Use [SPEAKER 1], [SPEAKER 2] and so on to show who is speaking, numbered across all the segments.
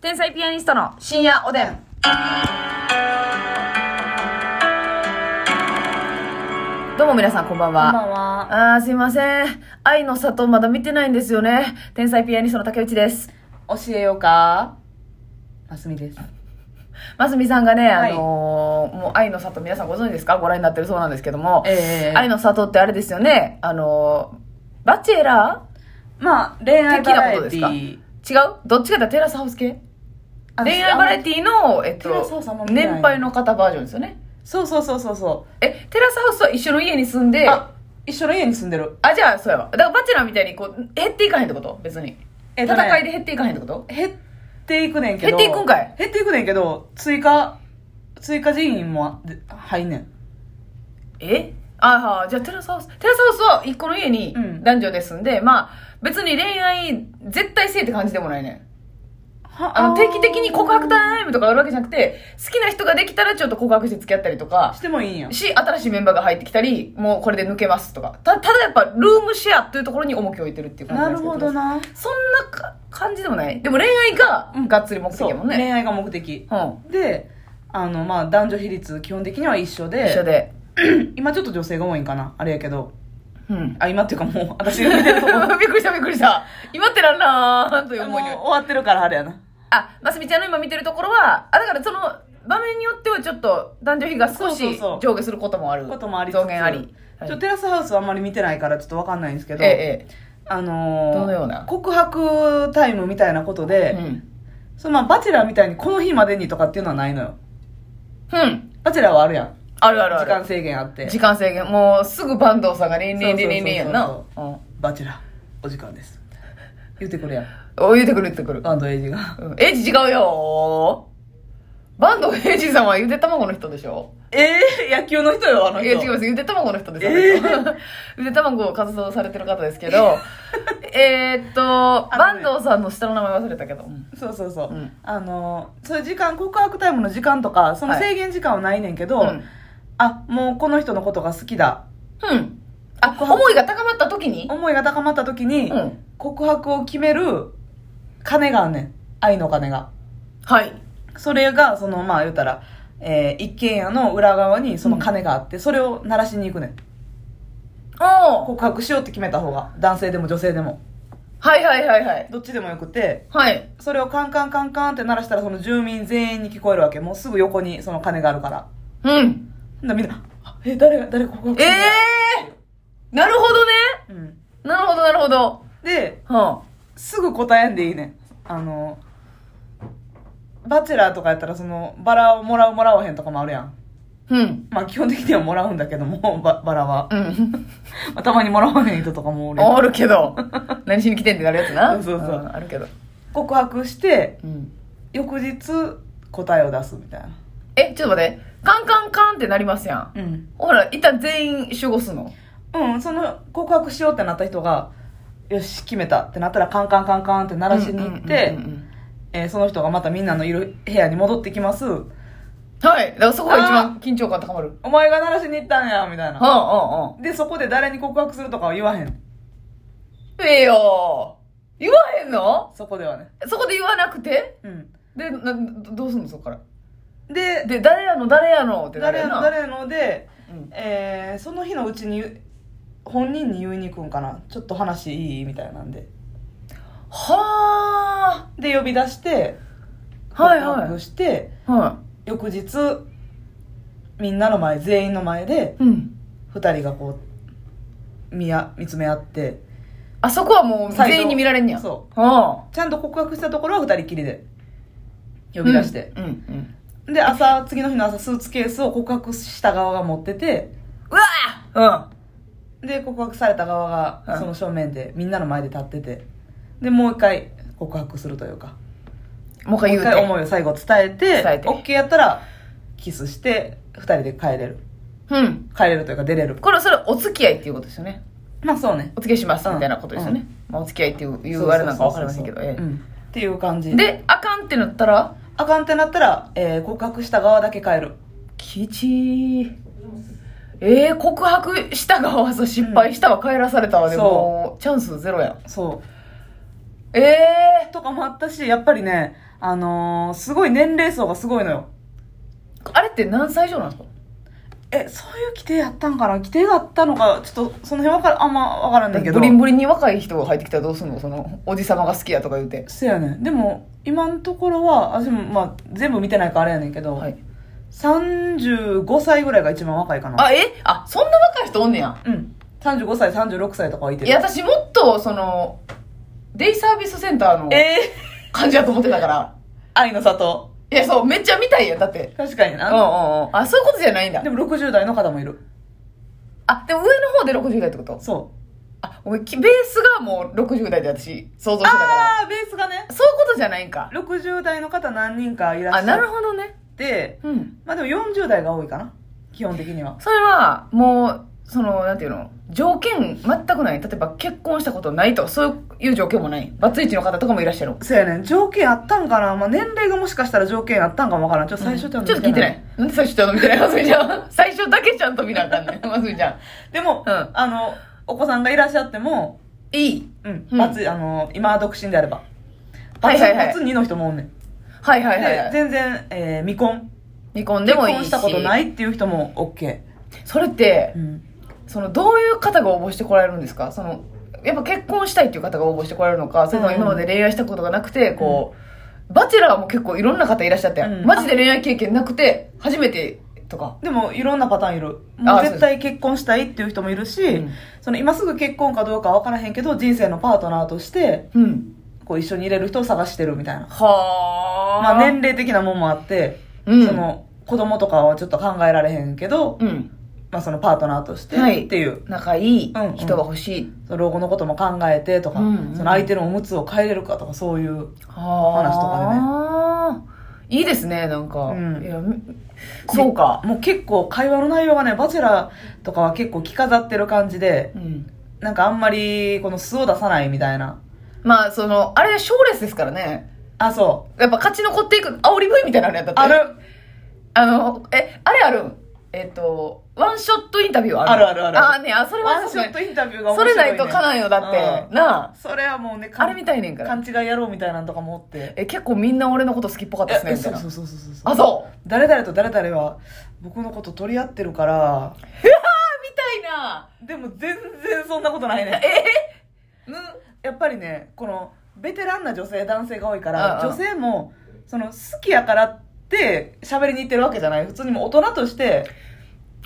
[SPEAKER 1] 天才ピアニストの深夜おでん。どうも皆さんこんばんは。
[SPEAKER 2] こんばんは
[SPEAKER 1] あーすいません。愛の里まだ見てないんですよね。天才ピアニストの竹内です。
[SPEAKER 2] 教えようかますみです。
[SPEAKER 1] ますみさんがね、
[SPEAKER 2] はい
[SPEAKER 1] あのーもう愛の里皆さんご存知ですかご覧になってるそうなんですけども。
[SPEAKER 2] ええ
[SPEAKER 1] 愛の里ってあれですよね。あのーバチェラ
[SPEAKER 2] まあ、恋愛バラエテ
[SPEAKER 1] 的
[SPEAKER 2] ィ
[SPEAKER 1] なこと
[SPEAKER 2] ー。
[SPEAKER 1] ー違うどっちかっていうとテラスハウス系恋愛バラエティの、えっ
[SPEAKER 2] テラスハウ
[SPEAKER 1] と
[SPEAKER 2] スあんま、見ない
[SPEAKER 1] 年配の方バージョンですよね。
[SPEAKER 2] そうそうそうそうそ
[SPEAKER 1] え、テラスハウスは一緒の家に住ん
[SPEAKER 2] う。
[SPEAKER 1] で、あ
[SPEAKER 2] あ、一緒の家に住んでる。
[SPEAKER 1] じゃあそうやわ。だからバチェラーみたいにこう、減っていかへんってこと別に、
[SPEAKER 2] えっとね
[SPEAKER 1] 戦いで減っていかへんってこと
[SPEAKER 2] 減っていくねんけ
[SPEAKER 1] 減
[SPEAKER 2] ど。
[SPEAKER 1] っていくんかい
[SPEAKER 2] 減っていくねんけど、追加、追加人員もで入んねん。
[SPEAKER 1] えあはあ、じゃあテラスハウス。テラスハウスは一個の家に
[SPEAKER 2] うん
[SPEAKER 1] 男女で住んで、まあ、別に恋愛、絶対性って感じでもないねん。
[SPEAKER 2] は
[SPEAKER 1] あの、定期的に告白タイムとかあるわけじゃなくて、好きな人ができたらちょっと告白して付き合ったりとか、
[SPEAKER 2] してもいいんや。
[SPEAKER 1] し、新しいメンバーが入ってきたり、もうこれで抜けますとか。た、ただやっぱ、ルームシェアというところに重きを置いてるっていう感じ
[SPEAKER 2] なん
[SPEAKER 1] で
[SPEAKER 2] る
[SPEAKER 1] すけ
[SPEAKER 2] ほど。な。
[SPEAKER 1] そんなか感じでもないでも恋愛が
[SPEAKER 2] うん
[SPEAKER 1] がっつり目的
[SPEAKER 2] そ
[SPEAKER 1] や
[SPEAKER 2] う、
[SPEAKER 1] もん
[SPEAKER 2] 恋
[SPEAKER 1] ね。
[SPEAKER 2] 愛が目的。
[SPEAKER 1] うん。
[SPEAKER 2] で、あの、まあ、男女比率、基本的には一緒で、
[SPEAKER 1] 一緒で。
[SPEAKER 2] 今ちょっと女性が多いんかな。あれやけど。
[SPEAKER 1] うん。
[SPEAKER 2] あ、今っていうかもう、私が見てるとこ
[SPEAKER 1] びっくりしたびっくりした。今ってなんなーんという思
[SPEAKER 2] もう
[SPEAKER 1] い
[SPEAKER 2] 終
[SPEAKER 1] に。
[SPEAKER 2] わってるからあれやな。
[SPEAKER 1] あ、ますみちゃんの今見てるところは、あ、だからその、場面によってはちょっと男女比が少
[SPEAKER 2] そうそ
[SPEAKER 1] し
[SPEAKER 2] うそう
[SPEAKER 1] 上下することもある。
[SPEAKER 2] こともありつつ
[SPEAKER 1] 増減あり。
[SPEAKER 2] ち
[SPEAKER 1] は
[SPEAKER 2] ょっと
[SPEAKER 1] い
[SPEAKER 2] テラスハウスはあんまり見てないからちょっとわかんないんですけど、
[SPEAKER 1] ええ、
[SPEAKER 2] あのー
[SPEAKER 1] どのような
[SPEAKER 2] 告白タイムみたいなこと
[SPEAKER 1] ええ。
[SPEAKER 2] で、
[SPEAKER 1] うん。
[SPEAKER 2] そのまあバチェラーみたいにこの日までにとかっていうのはないのよ。
[SPEAKER 1] うん。
[SPEAKER 2] バチェラーはあるやん。
[SPEAKER 1] あるあるあ
[SPEAKER 2] 時
[SPEAKER 1] る。
[SPEAKER 2] 間制限あって。
[SPEAKER 1] 時間制限。もうすぐ坂東さんがリンリンリンリンリンやん
[SPEAKER 2] そう
[SPEAKER 1] な
[SPEAKER 2] そう。
[SPEAKER 1] うん。
[SPEAKER 2] バチェラー、お時間です。言ってくれやん。
[SPEAKER 1] お、言うてくる言ってくる。
[SPEAKER 2] バンドエイジ が。
[SPEAKER 1] うん。エイジ違うよー。バンドエイジさんはゆで卵の人でしょ
[SPEAKER 2] ええ野球の人よ、あの
[SPEAKER 1] いや、
[SPEAKER 2] 人。
[SPEAKER 1] 違います。ゆで卵の人です。
[SPEAKER 2] え
[SPEAKER 1] あの人 ゆで卵を活動されてる方ですけ ど、えーっと、
[SPEAKER 2] あの
[SPEAKER 1] 坂
[SPEAKER 2] ね
[SPEAKER 1] 東さんの下の名前忘れたけど。うん
[SPEAKER 2] そうそうそう。
[SPEAKER 1] うん
[SPEAKER 2] あのー、そういう時間、告白タイムの時間とか、その制限時間はないねんけど、
[SPEAKER 1] うん
[SPEAKER 2] あ、もうこの人のことが好きだ。
[SPEAKER 1] うん。あ、思いが高まった時に
[SPEAKER 2] 思いが高まった時に、
[SPEAKER 1] うん
[SPEAKER 2] 告白を決める金があんねん愛の金が
[SPEAKER 1] はい。
[SPEAKER 2] それがそのまあ言うたら、えー一軒家の裏側にその金があって、それを鳴らしに行くねん
[SPEAKER 1] おー
[SPEAKER 2] 告白しようって決めた方が男性でも女性でも
[SPEAKER 1] はいはいはいはい。
[SPEAKER 2] どっちでもよくて
[SPEAKER 1] はい。
[SPEAKER 2] それをカンカンカンカンって鳴らしたらその住民全員に聞こえるわけもうすぐ横にその金があるから
[SPEAKER 1] うん。
[SPEAKER 2] ほんでみんなあ「え誰が誰が告白
[SPEAKER 1] え
[SPEAKER 2] したんだ
[SPEAKER 1] えーなるほどね
[SPEAKER 2] うん
[SPEAKER 1] なるほどなるほど。
[SPEAKER 2] で
[SPEAKER 1] は
[SPEAKER 2] すぐ答えんでいいねんあのバチェラーとかやったらそのバラをもらうもらわへんとかもあるやん
[SPEAKER 1] あ。うん。
[SPEAKER 2] まあ基本的にはもらうんだけども ババラは、
[SPEAKER 1] うん。
[SPEAKER 2] まあ、たまにもらわへん人とかもおるやん
[SPEAKER 1] あるけど。何しに来てんってなるやつな。
[SPEAKER 2] そうそうそうん
[SPEAKER 1] あるけど。
[SPEAKER 2] 告白して
[SPEAKER 1] うん。
[SPEAKER 2] 翌日答えを出すみたいな
[SPEAKER 1] え、ちょっと待って。カンカンカンってなりますやん。
[SPEAKER 2] うん
[SPEAKER 1] ほら、一旦全員集合すんの
[SPEAKER 2] うんその告白しようってなった人がよし決めたってなったらカンカンカンカンって鳴らしに行って
[SPEAKER 1] うんうんうんうん
[SPEAKER 2] えーその人がまたみんなのいる部屋に戻ってきます
[SPEAKER 1] はい。だからそこが一番緊張感高まる。
[SPEAKER 2] お前が鳴らしに行ったんやみたい
[SPEAKER 1] は
[SPEAKER 2] な
[SPEAKER 1] あ、はあ、は
[SPEAKER 2] でそこで誰に告白するとかは言わへん
[SPEAKER 1] あ。ええよ言わへんの
[SPEAKER 2] そこではね
[SPEAKER 1] そこで言わなくて
[SPEAKER 2] うん
[SPEAKER 1] で、な、どどうすんのそこから。
[SPEAKER 2] で
[SPEAKER 1] で、誰やの誰やのってなる
[SPEAKER 2] 誰
[SPEAKER 1] や
[SPEAKER 2] の
[SPEAKER 1] な。
[SPEAKER 2] 誰ので、
[SPEAKER 1] うん
[SPEAKER 2] えーその日のうちに言う本人に言いに行くんかなちょっと話いいみたいなんで
[SPEAKER 1] は
[SPEAKER 2] で呼び出して
[SPEAKER 1] はいはい
[SPEAKER 2] 告白して
[SPEAKER 1] あ。は
[SPEAKER 2] 翌日みんなの前全員の前で
[SPEAKER 1] い。うん。
[SPEAKER 2] 2人がこう見や見つめ合って
[SPEAKER 1] あそこはもう
[SPEAKER 2] 再度
[SPEAKER 1] 全員に見られんねや。。
[SPEAKER 2] そう
[SPEAKER 1] は
[SPEAKER 2] ちゃんと告白したところは2人きりで
[SPEAKER 1] あ。
[SPEAKER 2] 呼び出して、
[SPEAKER 1] うん。うん。うん
[SPEAKER 2] で朝次の日の朝スーツケースを告白した側が持ってて
[SPEAKER 1] うわあ
[SPEAKER 2] で告白された側
[SPEAKER 1] うん
[SPEAKER 2] がその正面でみんなの前で立っててでもう一回告白するというか
[SPEAKER 1] うん。もう一
[SPEAKER 2] もう
[SPEAKER 1] 回言
[SPEAKER 2] 一
[SPEAKER 1] う
[SPEAKER 2] 回
[SPEAKER 1] て。
[SPEAKER 2] 思いを最後伝えて
[SPEAKER 1] 伝えて
[SPEAKER 2] OK やったらキスして2人で帰れる
[SPEAKER 1] うん。
[SPEAKER 2] 帰れるというか出れる
[SPEAKER 1] これはそれお付き合いっていうことですよね
[SPEAKER 2] まあそうね
[SPEAKER 1] お付き合いしますみたいなことですよね、まあ、お付き合いっていういうあれなんか分かりませんけど
[SPEAKER 2] そうそう
[SPEAKER 1] え
[SPEAKER 2] そうそううんっていう感
[SPEAKER 1] え
[SPEAKER 2] じ
[SPEAKER 1] であかんってなったら
[SPEAKER 2] あかんってなったら、えー告白した側だけ帰る
[SPEAKER 1] きちーえー、告白した側はさ失敗したわ帰らされたわで
[SPEAKER 2] そう
[SPEAKER 1] もうチャンスゼロやん
[SPEAKER 2] そ
[SPEAKER 1] ええ
[SPEAKER 2] うとかもあったしやっぱりねあのーすごい年齢層がすごいのよ。
[SPEAKER 1] あれって何歳以上なんですか
[SPEAKER 2] え、そういう規定やったんかな規定があったのか、ちょっとその辺わかる、あんまわからんねんけど。
[SPEAKER 1] ブリンブリンに若い人が入ってきたらどうすんのそのおじさまが好きやとか言うて
[SPEAKER 2] そやねんでも、今のところは、あ、でもまあ、全部見てないからあれやねんけど、
[SPEAKER 1] はい
[SPEAKER 2] 35歳ぐらいが一番若いかな。
[SPEAKER 1] あえあそんな若い人おんねや
[SPEAKER 2] うん。35歳、36歳とかはいて
[SPEAKER 1] い
[SPEAKER 2] る。
[SPEAKER 1] や私もっとそのデイサービスセンターの
[SPEAKER 2] えー、
[SPEAKER 1] 感じやと思ってたから
[SPEAKER 2] 愛の里。
[SPEAKER 1] いやそうめっちゃ見たいやんだって
[SPEAKER 2] 確かに
[SPEAKER 1] うんうんう
[SPEAKER 2] な。
[SPEAKER 1] んあそういうことじゃないんだ
[SPEAKER 2] でも60代の方もいる。
[SPEAKER 1] あでも上の方で60代ってこと
[SPEAKER 2] そ
[SPEAKER 1] あごめんきベースがもう60代で私想像
[SPEAKER 2] う。
[SPEAKER 1] してたから
[SPEAKER 2] あー、ベースがね、
[SPEAKER 1] そういうことじゃないんか
[SPEAKER 2] 60代の方何人かいらっ
[SPEAKER 1] あ
[SPEAKER 2] しゃ
[SPEAKER 1] な
[SPEAKER 2] っ
[SPEAKER 1] るほどね
[SPEAKER 2] て、
[SPEAKER 1] うん
[SPEAKER 2] まあでも40代が多いかな。基本的には。
[SPEAKER 1] それはもうそのなんていうの条件全くない例えば結婚したことないとかそういう条件もないバツイチの方とかもいらっしゃる
[SPEAKER 2] そうやねん。条件あったんかなまあ年齢がもしかしたら条件あったんかもわからん。ちょっと最初
[SPEAKER 1] うん
[SPEAKER 2] ち
[SPEAKER 1] ち
[SPEAKER 2] ゃ
[SPEAKER 1] ょ
[SPEAKER 2] ん
[SPEAKER 1] っ
[SPEAKER 2] と
[SPEAKER 1] と聞いてないなんで最初ちゃんと見てないますみちゃん最初だけちゃんと見なあかんねんますみちゃ
[SPEAKER 2] でも、
[SPEAKER 1] うん
[SPEAKER 2] あの、お子さんがいらっしゃっても、
[SPEAKER 1] んいい
[SPEAKER 2] うん、
[SPEAKER 1] うん
[SPEAKER 2] バツ、あの、今は独身であれば。バ
[SPEAKER 1] は
[SPEAKER 2] ツ、
[SPEAKER 1] いはいはい
[SPEAKER 2] バツ2の人もおんねん。
[SPEAKER 1] はいはいはい
[SPEAKER 2] で、全然、えー未婚。
[SPEAKER 1] 未婚でもいいし
[SPEAKER 2] 結婚したことないっていう人も OK。
[SPEAKER 1] それって
[SPEAKER 2] うん。
[SPEAKER 1] そのどういう方が応募してこられるんですかそのやっぱ結婚したいっていう方が応募してこられるのかそれとも今まで恋愛したことがなくて、こうバチェラーも結構いろんな方いらっしゃって、
[SPEAKER 2] うん
[SPEAKER 1] マジで恋愛経験なくて初めてとか
[SPEAKER 2] でも、いろんなパターンいる。も
[SPEAKER 1] あ
[SPEAKER 2] う絶対結婚したいっていう人もいるし、
[SPEAKER 1] うん
[SPEAKER 2] その今すぐ結婚かどうかわからへんけど、人生のパートナーとして、
[SPEAKER 1] うん
[SPEAKER 2] こう一緒にいれる人を探してるみたいな。
[SPEAKER 1] はあ。
[SPEAKER 2] まあ年齢的なもんもあって、
[SPEAKER 1] うん
[SPEAKER 2] その子供とかはちょっと考えられへんけど、
[SPEAKER 1] うん。
[SPEAKER 2] まあそのパートナーとして
[SPEAKER 1] はい
[SPEAKER 2] っていう、
[SPEAKER 1] 仲いい
[SPEAKER 2] うんうん
[SPEAKER 1] 人が欲しい。
[SPEAKER 2] その老後のことも考えてとか、
[SPEAKER 1] うんうん
[SPEAKER 2] その相手のおむつを変えれるかとかそういう。
[SPEAKER 1] 話
[SPEAKER 2] 話とかでね
[SPEAKER 1] でね。いいですね、なんか。
[SPEAKER 2] うん
[SPEAKER 1] いやみそうか。
[SPEAKER 2] もう結構会話の内容がね、バチェラーとかは結構着飾ってる感じで、
[SPEAKER 1] うん。
[SPEAKER 2] なんかあんまりこの素を出さないみたいな。
[SPEAKER 1] まあ、その、あれ、賞レースですからね。
[SPEAKER 2] あ、そう。
[SPEAKER 1] やっぱ勝ち残っていく、煽り V みたいなのやったって。
[SPEAKER 2] ある。
[SPEAKER 1] あの、え、あれあるんえっ、と、ワンショットインタビューある
[SPEAKER 2] あるあるある
[SPEAKER 1] あーね、あ、それは
[SPEAKER 2] ワン
[SPEAKER 1] さす
[SPEAKER 2] シ
[SPEAKER 1] が
[SPEAKER 2] ョ
[SPEAKER 1] に
[SPEAKER 2] ットインタビューが面
[SPEAKER 1] そ
[SPEAKER 2] 白い、ね。
[SPEAKER 1] れないとかないのだって。
[SPEAKER 2] うん
[SPEAKER 1] なあ。
[SPEAKER 2] それはもうね、か
[SPEAKER 1] あ
[SPEAKER 2] ん
[SPEAKER 1] れみたいねんから。
[SPEAKER 2] 勘違い野郎みたいなんとかもおって。
[SPEAKER 1] え、結構みんな俺のこと好きっぽかったですね、
[SPEAKER 2] え
[SPEAKER 1] みた
[SPEAKER 2] そ
[SPEAKER 1] いうな
[SPEAKER 2] そ。うそうそうそうそう。
[SPEAKER 1] あ、そう。
[SPEAKER 2] 誰々と誰々は僕のこと取り合ってるから
[SPEAKER 1] みたいな。
[SPEAKER 2] でも全然そんなことないね
[SPEAKER 1] うん。
[SPEAKER 2] やっぱりねこのベテランな女性男性が多いか
[SPEAKER 1] う
[SPEAKER 2] ら
[SPEAKER 1] んうん
[SPEAKER 2] 女性もその好きやからって喋りに行ってるわけじゃない普通にもう大人として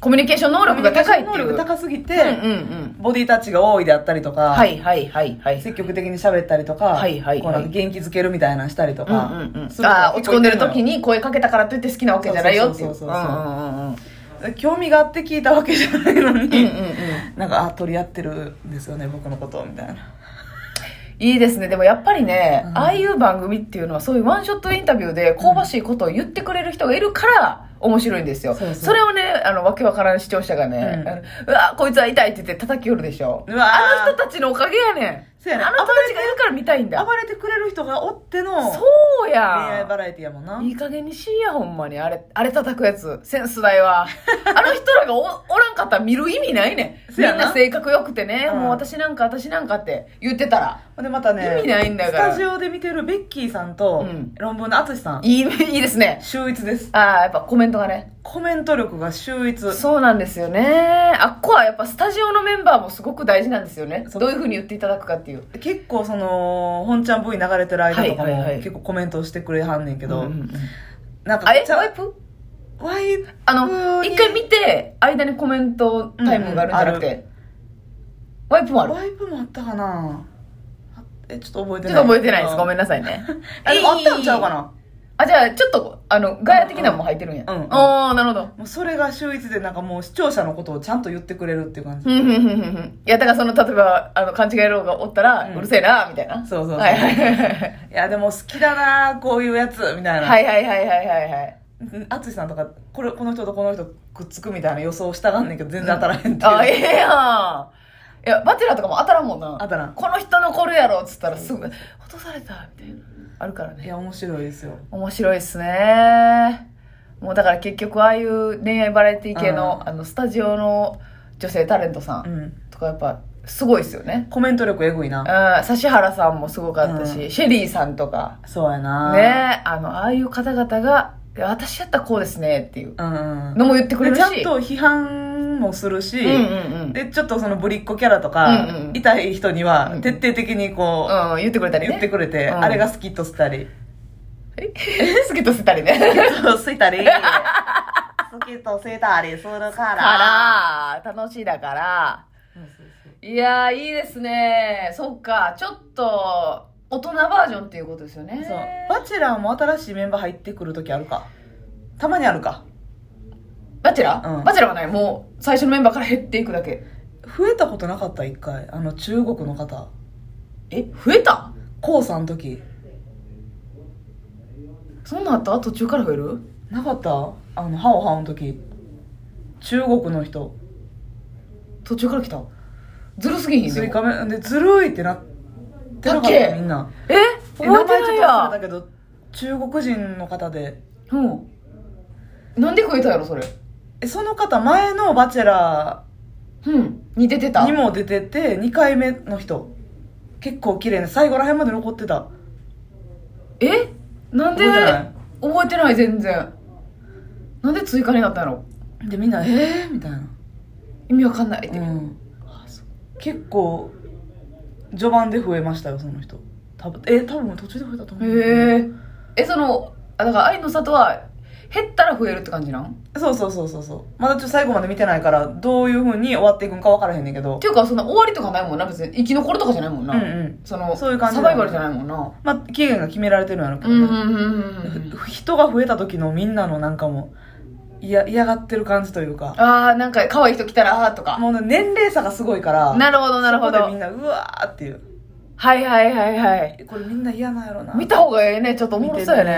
[SPEAKER 1] コミュニケーション能力が高いっていう。
[SPEAKER 2] 能力高すぎて、
[SPEAKER 1] うんうんうん。
[SPEAKER 2] ボディタッチが多いであったりとか、
[SPEAKER 1] はいはいはいはい。
[SPEAKER 2] 積極的に喋ったりとか、
[SPEAKER 1] はいはいはい
[SPEAKER 2] こうなんか元気づけるみたいなのしたりと
[SPEAKER 1] うんう
[SPEAKER 2] か、
[SPEAKER 1] んうん、
[SPEAKER 2] するから
[SPEAKER 1] あー落ち込んでる時に声かけたからといって好きなわけじゃないよっていう。
[SPEAKER 2] そうそう
[SPEAKER 1] う
[SPEAKER 2] そうそうんそううん
[SPEAKER 1] うんうん
[SPEAKER 2] 興味があって聞いたわけじゃない
[SPEAKER 1] う
[SPEAKER 2] のに、
[SPEAKER 1] んうんうん
[SPEAKER 2] なんかあ取り合ってるんですよね僕のことみたいない
[SPEAKER 1] いですね。でもやっぱりね、
[SPEAKER 2] うん
[SPEAKER 1] ああいう番組っていうのはそういうワンショットインタビューで香ばしいことを言ってくれる人がいるから、面白いんですよ
[SPEAKER 2] そうそう
[SPEAKER 1] れをね、あの、わけわからん視聴者がね、
[SPEAKER 2] うん
[SPEAKER 1] あのうわ、こいつは痛いって言って叩き寄るでしょ。
[SPEAKER 2] うわー
[SPEAKER 1] あの人たちのおかげやねん。
[SPEAKER 2] そうやね
[SPEAKER 1] あの人たちがいるから見たいんだ。
[SPEAKER 2] 暴れてくれる人がおっての
[SPEAKER 1] そうや
[SPEAKER 2] 恋愛バラエティやもんない
[SPEAKER 1] い加減にしいや、ほんまに。あれ、あれ叩くやつ。センスない わ。あの人らがおおらんかったら見る意味ないねん。
[SPEAKER 2] せ
[SPEAKER 1] み
[SPEAKER 2] やなん
[SPEAKER 1] な性格良くてね、
[SPEAKER 2] うん
[SPEAKER 1] もう私なんか私なんかって言ってたら。
[SPEAKER 2] でまたね
[SPEAKER 1] 意味ないんだから
[SPEAKER 2] スタジオで見てるベッキーさんと、
[SPEAKER 1] うん
[SPEAKER 2] 論文の淳さん
[SPEAKER 1] いい、いいですね。
[SPEAKER 2] 秀逸です
[SPEAKER 1] ああ、やっぱコメントがね。
[SPEAKER 2] コメント力が秀逸
[SPEAKER 1] そうなんですよね。あっこはやっぱスタジオのメンバーもすごく大事なんですよね。
[SPEAKER 2] そう
[SPEAKER 1] どういうふうに言っていただくかっていう。
[SPEAKER 2] 結構その本ちゃん V 流れてる間とか
[SPEAKER 1] はい
[SPEAKER 2] も
[SPEAKER 1] はいはい
[SPEAKER 2] 結構コメントしてくれはんねんけ
[SPEAKER 1] け
[SPEAKER 2] ど、なんか
[SPEAKER 1] あれ
[SPEAKER 2] ちゃ
[SPEAKER 1] ワイプ
[SPEAKER 2] ワイプ
[SPEAKER 1] あの、
[SPEAKER 2] に
[SPEAKER 1] 一回見て、間にコメントタイムがあるんじゃなく
[SPEAKER 2] うん
[SPEAKER 1] て。ワイプもある
[SPEAKER 2] ワイプもあったかなあえちょっと覚えて
[SPEAKER 1] ち
[SPEAKER 2] な
[SPEAKER 1] ょ
[SPEAKER 2] い
[SPEAKER 1] っと覚えてないです。ご
[SPEAKER 2] ん
[SPEAKER 1] めんなさいね。
[SPEAKER 2] あでもあったんちゃうかな
[SPEAKER 1] あ、じゃあ、ちょっと、あの、ガヤ的なのも入ってるんや。
[SPEAKER 2] うんうん
[SPEAKER 1] おー、なるほど。
[SPEAKER 2] もうそれが秀逸でなんかもう視聴者のことをちゃんと言ってくれるっていう感じ、
[SPEAKER 1] ふんふんふんふんふんいや、だからその、例えば、あの、勘違い郎がおったら、
[SPEAKER 2] う
[SPEAKER 1] うんるせえな、みたいな。
[SPEAKER 2] そうそうそう
[SPEAKER 1] はいはいはいはい。
[SPEAKER 2] いやでも好きだなこういうやつみたいな
[SPEAKER 1] はいはいはいはいはいはい。
[SPEAKER 2] 淳さんとかこれこの人とこの人くっつくみたいな予想をしたがんねんけど全然当たらへんっていう、
[SPEAKER 1] あ、ええやん。いや、バチェラーとかも当たらんもんな。
[SPEAKER 2] 当たらん
[SPEAKER 1] この人のこれやろ、っつったらすぐ、落とされた、みたいな。あるから
[SPEAKER 2] い
[SPEAKER 1] ね。
[SPEAKER 2] や面白いですよ
[SPEAKER 1] 面白いっすね。もうだから結局、ああいう恋愛バラエティ系の、あの、スタジオの女性タレントさん
[SPEAKER 2] うん
[SPEAKER 1] とかやっぱ、すごいですよね。
[SPEAKER 2] コメント力えぐいな。
[SPEAKER 1] うん、指原さんもすごかったし、
[SPEAKER 2] う
[SPEAKER 1] シェリーさんとか、
[SPEAKER 2] そうやな。
[SPEAKER 1] ね、あの、ああいう方々が、いや私やったらこうですねっていう
[SPEAKER 2] うん。
[SPEAKER 1] のも言ってくれ
[SPEAKER 2] で
[SPEAKER 1] る
[SPEAKER 2] ち
[SPEAKER 1] し。
[SPEAKER 2] ゃんと批判もするし、
[SPEAKER 1] うんうんうん。
[SPEAKER 2] で、ちょっとそのぶりっ子キャラとか、
[SPEAKER 1] うんうん
[SPEAKER 2] 痛い人に
[SPEAKER 1] う
[SPEAKER 2] は
[SPEAKER 1] ん
[SPEAKER 2] 徹底的にこ
[SPEAKER 1] う
[SPEAKER 2] う、
[SPEAKER 1] ん、言ってくれたりね。
[SPEAKER 2] 言ってくれて、
[SPEAKER 1] うん
[SPEAKER 2] あれがスキッとし たり、
[SPEAKER 1] え好きとせたりね。
[SPEAKER 2] すいたり、 スキッとせたりするから。
[SPEAKER 1] から、楽しいだから。
[SPEAKER 2] そうそうそう
[SPEAKER 1] いやー、いいですね。そっか、ちょっと、大人バージョンっていうことですよね。
[SPEAKER 2] そう。バチェラーも新しいメンバー入ってくるときあるか。たまにあるか。
[SPEAKER 1] バチェラ、
[SPEAKER 2] うん
[SPEAKER 1] バチェラはね、もう、最初のメンバーから減っていくだけ。
[SPEAKER 2] 増えたことなかった、一回。あの、中国の方。
[SPEAKER 1] え、増えた
[SPEAKER 2] 高さん時。
[SPEAKER 1] そんなんあった途中から増える
[SPEAKER 2] なかったあの、ハオハオの時。中国の人。
[SPEAKER 1] 途中から来たずるすぎひんで
[SPEAKER 2] ス
[SPEAKER 1] も
[SPEAKER 2] イカメ、で、ずるいってなってなか
[SPEAKER 1] だ
[SPEAKER 2] っ
[SPEAKER 1] っけ
[SPEAKER 2] た、みんな。
[SPEAKER 1] え覚えてない
[SPEAKER 2] 名前ちょっと忘れ
[SPEAKER 1] や
[SPEAKER 2] たけど、中国人の方で。
[SPEAKER 1] うんなんで増えたんやろそれ
[SPEAKER 2] え、その方、前のバチェラ
[SPEAKER 1] うん似ててた
[SPEAKER 2] ーにも出てて、2回目の人。結構綺麗な、最後ら辺まで残ってた。
[SPEAKER 1] えなんで
[SPEAKER 2] 覚えてない
[SPEAKER 1] 覚えてない全然なんで追加になったんやろ
[SPEAKER 2] で、みんな、えーみたいな。
[SPEAKER 1] 意味わかんないって、
[SPEAKER 2] うん、結構序盤で増えましたよその人多分え多分途中で増えたと思う
[SPEAKER 1] へええそのあだから愛の里は減ったら増えるって感じなんっ
[SPEAKER 2] そうそうそうそうそうまだちょっと最後まで見てないからどういうふうに終わっていくんか分からへんねんけど
[SPEAKER 1] ていうかそんな終わりとかないもんな別に生き残るとかじゃないもん
[SPEAKER 2] う
[SPEAKER 1] な、
[SPEAKER 2] んうん
[SPEAKER 1] その
[SPEAKER 2] そういう感じ
[SPEAKER 1] サバイバルじゃないもんな
[SPEAKER 2] まあ期限が決められてるんやろうけ
[SPEAKER 1] う
[SPEAKER 2] ど
[SPEAKER 1] ん
[SPEAKER 2] ね
[SPEAKER 1] うんうんうん
[SPEAKER 2] ふ人が増えた時のみんなのなんかもういや嫌がってる感じというか
[SPEAKER 1] ああなんか可愛い人来たらあーとか
[SPEAKER 2] もうね年齢差がすごいから
[SPEAKER 1] なるほどなるほ
[SPEAKER 2] そこでみ
[SPEAKER 1] ど
[SPEAKER 2] んなうわーっていう
[SPEAKER 1] はいはいはいはい
[SPEAKER 2] えこれみんな嫌なんやろな
[SPEAKER 1] 見た方がええねちょっとおもろそうやね